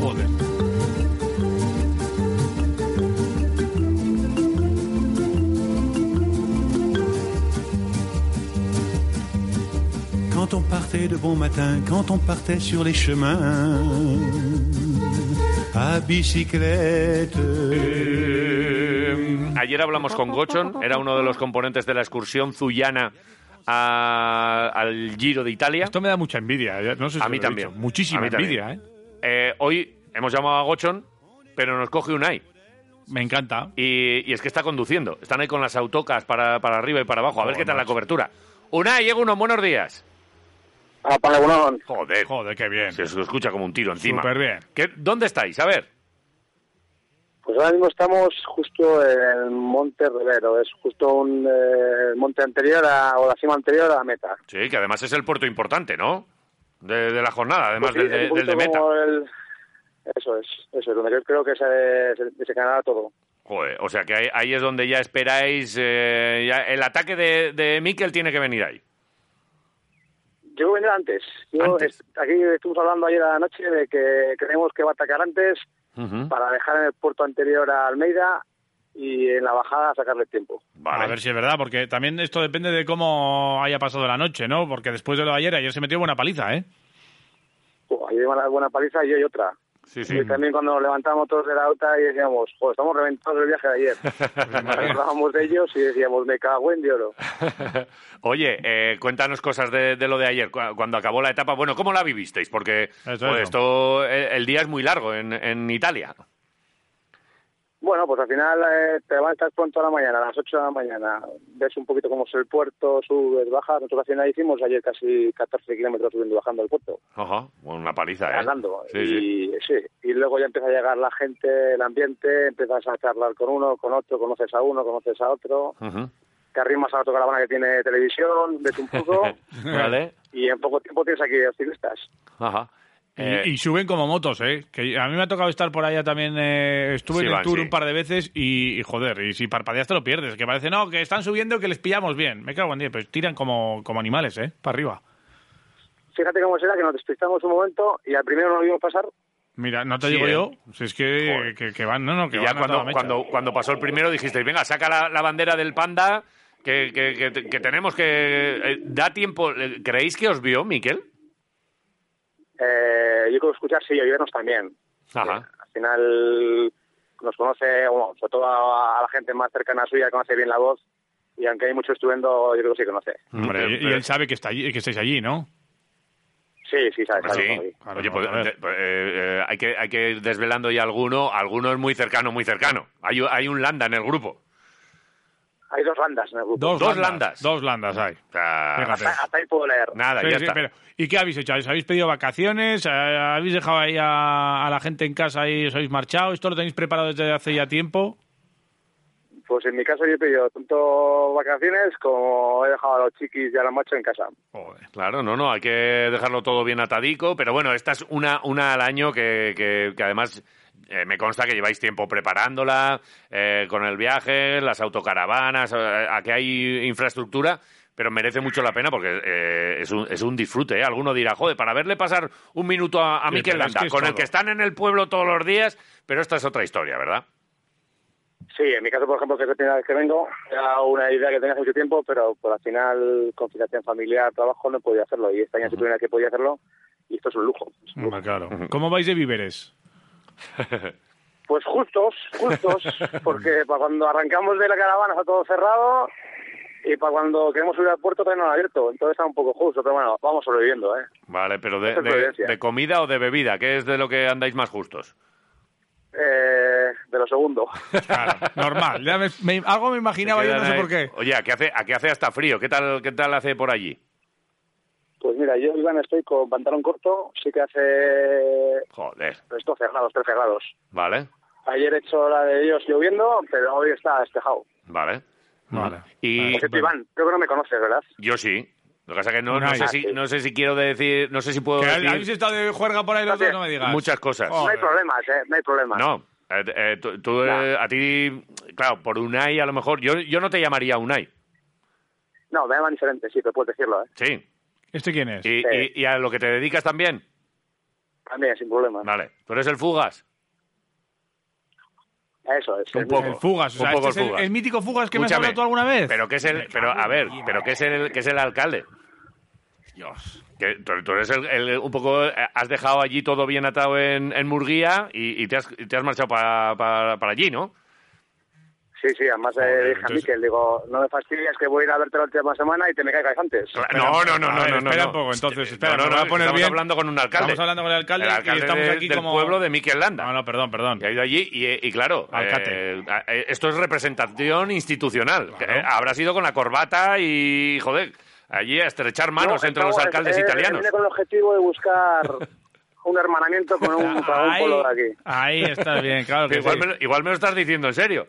Robert. Quand on partait de bon matin, quand on partait sur les chemins, à bicyclette. Eh, ayer hablamos con Gochon, era uno de los componentes de la excursión zuyana a- al Giro de Italia. Esto me da mucha envidia. ya- No sé si A lo mí he también. dicho. Muchísima A mí también. envidia, ¿eh? Eh, hoy hemos llamado a Gochon, pero nos coge Unai. Me encanta. Y, y es que está conduciendo. Están ahí con las autocas para, para arriba y para abajo. A ver Joder, qué tal la macho. cobertura. Unai, llega unos buenos días. Ah, Apagunón. Joder, Joder, qué bien. se os escucha como un tiro encima. Súper bien. ¿Qué- ¿Dónde estáis? A ver. Pues ahora mismo estamos justo en el Monte Rivero, es justo un eh, monte anterior a, o la cima anterior a la meta. Sí, que además es el puerto importante, ¿no? De, de la jornada, además Pues sí, del, de, es un del de poquito meta. como el- Eso es, eso es, donde yo creo que se, se desencadenará todo. Joder, o sea que ahí, ahí es donde ya esperáis. eh, ya- el ataque de, de Mikel tiene que venir ahí. Yo vendré antes. Yo Antes. est- aquí estuvimos hablando ayer a la noche de que creemos que va a atacar antes para dejar en el puerto anterior a Almeida y en la bajada sacarle tiempo. Vale. A ver si es verdad, porque también esto depende de cómo haya pasado la noche, ¿no? Porque después de lo de ayer, ayer se metió buena paliza, ¿eh? Oh, ahí hay una buena paliza y hay otra. Sí, sí. Y también cuando nos levantamos todos de la auta y decíamos, joder, estamos reventados del viaje de ayer. Nos hablábamos de ellos y decíamos, me cago en de oro. Oye, eh, cuéntanos cosas de, de lo de ayer, cu- cuando acabó la etapa. Bueno, ¿cómo la vivisteis? Porque Eso, joder, eso. esto, eh, el día es muy largo en, en Italia. Bueno, pues al final eh, te levantas pronto a la mañana, a las 8 de la mañana. Ves un poquito cómo es el puerto, subes, bajas. Nosotros al final hicimos ayer casi 14 kilómetros subiendo y bajando el puerto, Ajá, bueno, una paliza, ¿eh? andando. Sí, sí. y, sí. y luego ya empieza a llegar la gente, el ambiente, empiezas a charlar con uno, con otro, conoces a uno, conoces a otro. Ujú. Te arrimas a la autocaravana que tiene televisión, ves un poco Vale. y en poco tiempo tienes aquí los ciclistas. Ajá. Y, Eh, y suben como motos, ¿eh? Que a mí me ha tocado estar por allá también. eh, estuve Sí, en el van, tour sí. un par de veces y, y, joder, y si parpadeas te lo pierdes. Que parece, no, que están subiendo, que les pillamos bien. Me cago en 10, pues tiran como, como animales, ¿eh? Para arriba. Fíjate cómo será que nos despistamos un momento y al primero nos vimos pasar. Mira, no te Sí, digo ¿eh? yo, si es que, Joder. que, que van, no, no, que y van ya a toda cuando, mecha. cuando, cuando pasó el primero dijisteis, venga, saca la, la bandera del panda, que, que- que- que tenemos que... eh, da tiempo. Eh, ¿Creéis que os vio, Miquel? Eh, yo creo que escuchar sí y oírnos también. Ajá. Al final nos conoce, bueno, sobre todo a, a la gente más cercana suya, conoce bien la voz. Y aunque hay mucho estudiando, yo creo que sí conoce. Eh, Hombre, Mm. y, y él sabe que, está allí, que estáis allí, ¿no? Sí, sí, sabe. sabe, Sí. sabe. Claro, Oye, no, pues, a ver. de- pues, eh, eh, hay, que, hay que ir desvelando ya alguno. Alguno es muy cercano, muy cercano. Hay, hay un Landa en el grupo. Hay dos randas en el grupo. Dos landas. Dos landas hay. O sea, Fíjate. Hasta, hasta ahí puedo leer. nada, Sí, ya sí, está. pero, ¿Y qué habéis hecho? ¿Os habéis pedido vacaciones? Eh, ¿Habéis dejado ahí a, a la gente en casa y os habéis marchado? ¿Esto lo tenéis preparado desde hace ya tiempo? Pues en mi caso yo he pedido tanto vacaciones como he dejado a los chiquis y a los machos en casa. Joder. Claro, no, no, hay que dejarlo todo bien atadico, pero bueno, esta es una, una al año que, que- que además eh, me consta que lleváis tiempo preparándola, eh, con el viaje, las autocaravanas, eh, aquí hay infraestructura, pero merece mucho la pena porque eh, es, un, es un disfrute, ¿eh? Alguno dirá, joder, para verle pasar un minuto a, a Sí, Mikel pero es Landa, que es con el todo. que están en el pueblo todos los días, pero esta es otra historia, ¿verdad? Sí, en mi caso, por ejemplo, que es la primera vez que vengo, era una idea que tenía hace mucho tiempo, pero por al final, conciliación familiar, trabajo, no podía hacerlo. Y este año es la primera vez que podía hacerlo, y esto es un lujo. Es un lujo. Hombre, claro. ¿Cómo vais de víveres? Pues justos, justos, porque para cuando arrancamos de la caravana está todo cerrado, y para cuando queremos subir al puerto también no lo han abierto. Entonces está un poco justo, pero bueno, vamos sobreviviendo, ¿eh? Vale, pero de, Esa es de- providencia. de comida o de bebida, ¿qué es de lo que andáis más justos? Eh, de lo segundo. Claro, normal. Ya me- me- algo me imaginaba yo, no sé por qué. Oye, aquí hace, aquí hace hasta frío. ¿Qué tal, qué tal hace por allí? Pues mira, yo, Iván, estoy con pantalón corto, sí que hace Joder, pues, 12 grados, 13 grados. vale, Ayer he hecho la de ellos lloviendo, pero hoy está despejado. vale. Vale. Y Por cierto, Iván, creo que no me conoces, ¿verdad? yo sí. Lo que pasa es que no, no Unai. sé si, no sé si quiero decir, no sé si puedo Que habéis decir estado de juerga por ahí los dos, no me digas. muchas cosas. Oh. No hay Joder. problemas, ¿eh? No hay problemas. No, eh, eh, tú, tú, eh, a ti, claro, por Unai a lo mejor, yo, yo no te llamaría Unai, No, me llaman diferente, sí, pero puedes decirlo, ¿eh? sí. ¿Este quién es? Y, Sí. y- y a lo que te dedicas también. También, sin problema. Vale. ¿Tú eres el Fugas? Eso es. Un es- poco. El Fugas, o Un sea, poco este es el el, Fugas. el mítico Fugas que me has Escúchame, hablado tú alguna vez. Pero que es el, pero a ver, pero que es el, que es el alcalde. eh. Dios. Que tú, tú eres el, el- un poco, eh, has dejado allí todo bien atado en, en Murguía y, y te, has, y te has marchado para, para, para allí, ¿no? Sí, sí, además eh, Joder, dije a entonces- Miquel, digo, no me fastidies que voy a ir a verte la última semana y te me caigas antes. no, no, no, a no, ver, no, no, espera no. un poco, entonces, espera, no, me no, voy a no, poner estamos bien. hablando con un alcalde. Estamos hablando con el alcalde, El y alcalde estamos de- aquí del como... pueblo de Miquel Landa. No, no, perdón, perdón. Que ha ido allí y, eh, y claro, Alcate. eh, a- eh, esto es representación institucional. Que, eh, habrá sido con la corbata y, joder, allí a estrechar manos No, entre los estamos- alcaldes eh, italianos. vine con el objetivo de buscar un hermanamiento con un, con un pueblo de aquí. ahí estás bien, claro que Igual, sí. me, lo- igual me lo estás diciendo en serio.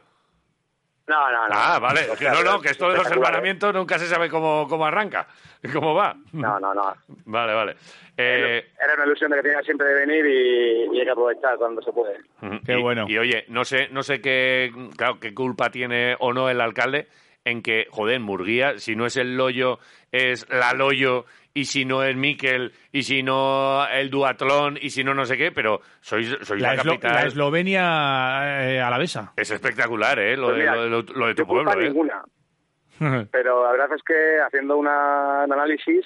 No, no, no. Ah, vale. O Que sea, no, no, que esto de los espectacular, hermanamientos nunca se sabe cómo, cómo arranca, cómo va. ¿eh? No, no, no. Vale, vale. Eh, Era una ilusión de que tenía siempre de venir y, y hay que aprovechar cuando se puede. ujú, Qué y- bueno. Y oye, no sé, no sé qué, claro, qué culpa tiene o no el alcalde en que, joder, en Murguía, si no es el Loyo, es la Loyo, y si no es Miquel, y si no el Duatlón, y si no no sé qué, pero sois, sois la, La, eslo- capital. la Eslovenia eh, alavesa. Es espectacular, ¿eh? Lo, Pues de, mira, lo de- lo- lo de tu No culpa pueblo, ¿eh? ninguna, pero la verdad es que haciendo una- un análisis,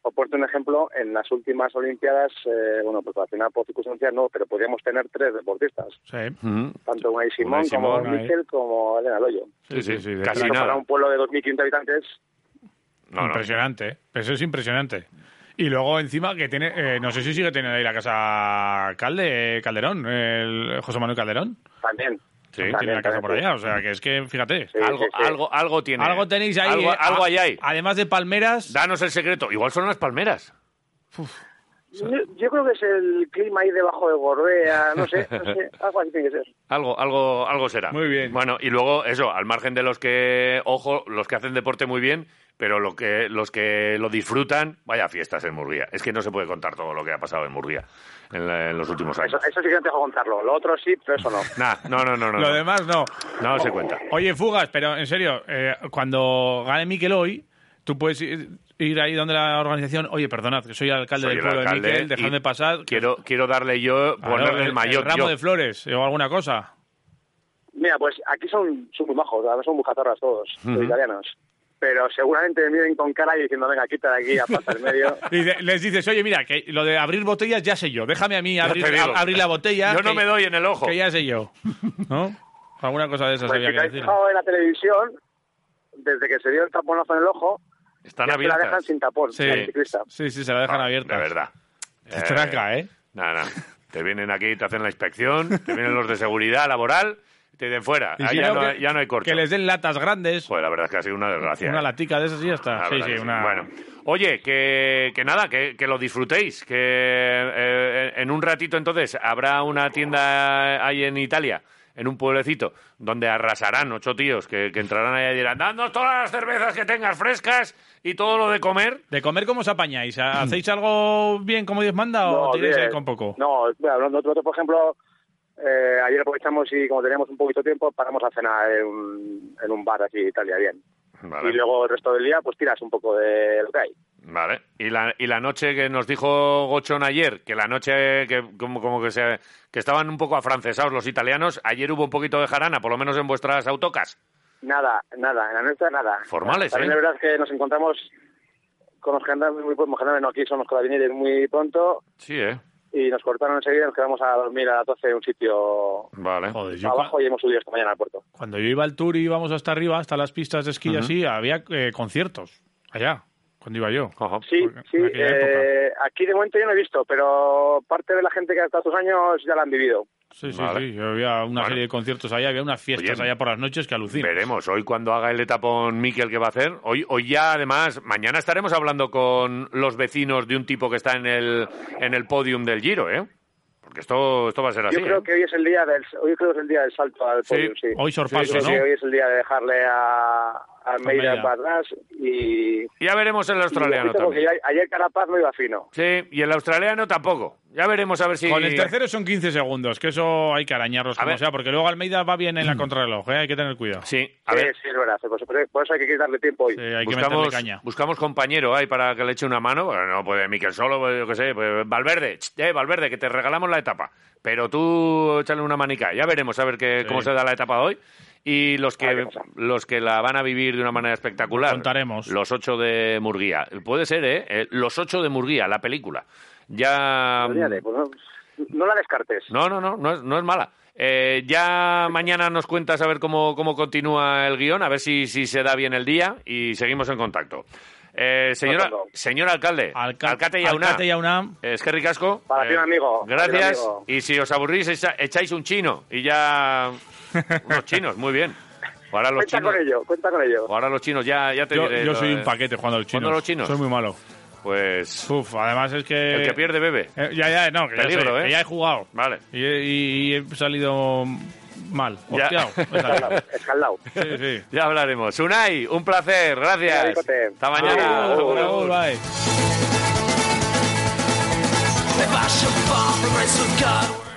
os puesto un ejemplo, en las últimas Olimpiadas, eh, bueno, pues al final por circunstancias no, pero podríamos tener tres deportistas, sí. Ujú. tanto Unai Simón, Unai como Simón, ahí. Miquel como Elena Loyo. Sí, sí, sí, de casi claro. Esto para nada. un pueblo de 2.500 habitantes, No, no. impresionante, ¿eh? eso es impresionante. Y luego encima que tiene, eh, no sé si sigue teniendo ahí la casa alcalde eh, Calderón, el José Manuel Calderón, también. Sí, tiene También, la casa también, por sí. allá, o sea que es que fíjate, Sí, Algo, sí, sí. algo, algo tiene. algo tenéis ahí, Algo, eh, algo a- hay ahí. además de palmeras, Danos el secreto. Igual son las palmeras. Yo, yo creo que es el clima ahí debajo de Gorbea, no sé, no sé, algo así tiene que ser. Algo, algo, algo será. Muy bien. Bueno, y luego eso, al margen de los que, ojo, los que hacen deporte muy bien, pero lo que, los que lo disfrutan, vaya fiestas en Murguía. Es que no se puede contar todo lo que ha pasado en Murguía en, la- en los últimos Eso, años. eso sí que no te dejo contarlo, lo otro sí, pero eso no. Nah, no, no, no, no. lo no. demás no. No se cuenta. Oye, Fugas, pero en serio, eh, cuando gane Miquel hoy, tú puedes ir, ir ahí donde la organización, oye, perdonad, que soy el alcalde Soy del el pueblo alcalde de Miquel, dejadme y pasar. Quiero, quiero darle yo, Claro, ponerle el mayor. ramo de flores o alguna cosa. Mira, pues aquí son, son muy majos, además son bucatarras todos, los italianos. Pero seguramente me miren con cara y diciendo, venga, quita de aquí, aparta el medio. Y de- les dices, oye, mira, que lo de abrir botellas ya sé yo, déjame a mí te abrir, digo. a- abrir la botella. Yo no que- me doy en el ojo. Que ya sé yo. ¿No? Alguna cosa de esas Pues había que si te habéis decir. fijado en la televisión, desde que se dio el taponazo en el ojo, Están ya te la abiertas. dejan sin tapón, Sí. el ciclista. Sí, sí, se la dejan Ah, abierta. De verdad. Te traca, ¿eh? Nada, nada. Te vienen aquí, te hacen la inspección, te vienen los de seguridad laboral, te dicen fuera. Y Ahí si ya, no, no, que- hay- ya no hay corte. Que les den latas grandes, Joder, la verdad es que ha sido una desgracia. una ¿eh? latica de esas y ya está. La sí, verdad sí, que sí. una... Bueno, oye, que, que nada, que, que lo disfrutéis, que eh, en un ratito entonces habrá una tienda ahí en Italia, en un pueblecito, donde arrasarán ocho tíos que, que entrarán ahí y dirán, danos todas las cervezas que tengas frescas y todo lo de comer. ¿De comer cómo os apañáis? ¿Hacéis algo bien como Dios manda o tiráis ahí bien. con poco? No, mira, nosotros, por ejemplo, eh, ayer aprovechamos y como teníamos un poquito de tiempo, paramos a cenar en un, en un bar así de Italia, bien. Vale, Y luego el resto del día, pues tiras un poco de lo que hay. vale. Y la, y la noche que nos dijo Gochón ayer, que la noche que como, como que se que estaban un poco afrancesados los italianos, ayer hubo un poquito de jarana, por lo menos en vuestras autocas. Nada, nada, en la nuestra nada. Formales, También ¿eh? la verdad es que nos encontramos con los gendarmes muy pronto, gendarmes no, aquí son los carabineros muy pronto Sí, eh. y nos cortaron enseguida y nos quedamos a dormir a las 12 en un sitio Vale. Joder, yo cua- abajo y hemos subido esta mañana al puerto. cuando yo iba al tour y íbamos hasta arriba, hasta las pistas de esquí y así, había eh, conciertos allá, cuando iba yo. Ajá. Sí, Porque en sí, aquella eh, aquí de momento yo no he visto, pero parte de la gente que ha estado estos años ya la han vivido. Sí, sí, Vale. sí. yo había una Bueno. serie de conciertos allá, había unas fiestas Oye, allá por las noches que alucinas. Veremos, hoy cuando haga el etapón Miquel que va a hacer, hoy, hoy ya además, mañana estaremos hablando con los vecinos de un tipo que está en el, en el podium del Giro, ¿eh? Porque esto, esto va a ser así. yo creo ¿eh? que hoy es el día del hoy creo que es el día del salto al Sí, podio, sí. hoy sorpaso, Yo creo ¿no? que hoy es el día de dejarle a, Almeida, Parras y... Ya veremos el australiano Ojito, porque también. ya- ayer Carapaz no iba fino. Sí, y el australiano tampoco. Ya veremos a ver si... Con el tercero son 15 segundos, que eso hay que arañarlos A como ver. Mm. sea, porque luego Almeida va bien en la contrarreloj, ¿eh? hay que tener cuidado. Sí, a Sí, ver. sí, es verdad. Por eso, por eso hay que darle tiempo hoy. Sí, hay que meterle Buscamos, caña. buscamos compañero ahí para que le eche una mano. Bueno, no puede Miquel solo, pues, yo qué sé. pues, Valverde, ch, eh, Valverde, que te regalamos la etapa. Pero tú échale una manica. Ya veremos a ver qué, Sí. cómo se da la etapa de hoy. Y los A ver que, qué pasa. los que la van a vivir de una manera espectacular. Contaremos. Los ocho de Murguía. Puede ser, ¿eh? Eh, Los ocho de Murguía, la película. Ya. Olvídate, pues no, no la descartes. No, no, no, no es, no es mala. Eh, ya mañana nos cuentas a ver cómo, cómo continúa el guión, a ver si, si se da bien el día y seguimos en contacto. Eh, señora, Contando. señor alcalde, Alca- Alcate y Auná, Alcate y Auná. es que ricasco. Eh, Para ti, un amigo. Para ti, Gracias. un amigo. Y si os aburrís, echa- echáis un chino y ya. Unos chinos, muy bien. Ahora los Cuenta chinos, con ello, cuenta con ello. ahora los chinos ya, ya te Yo, diré yo lo soy de- un paquete jugando a los chinos. Jugando a los chinos. Soy muy malo. Pues Uf, además es que... el que pierde bebe. Eh, ya, ya, no, que, Peligro, ya sé, ¿eh? que ya he jugado. Vale. Y, he- y- y he salido mal, Ya. hostiao. Escaldado, escaldado. Sí, sí. Ya hablaremos. Unai, un placer, Venga, gracias. bigote. Hasta mañana. Agur, Agur, Agur, agur. agur, bye. If I should fall from grace with God.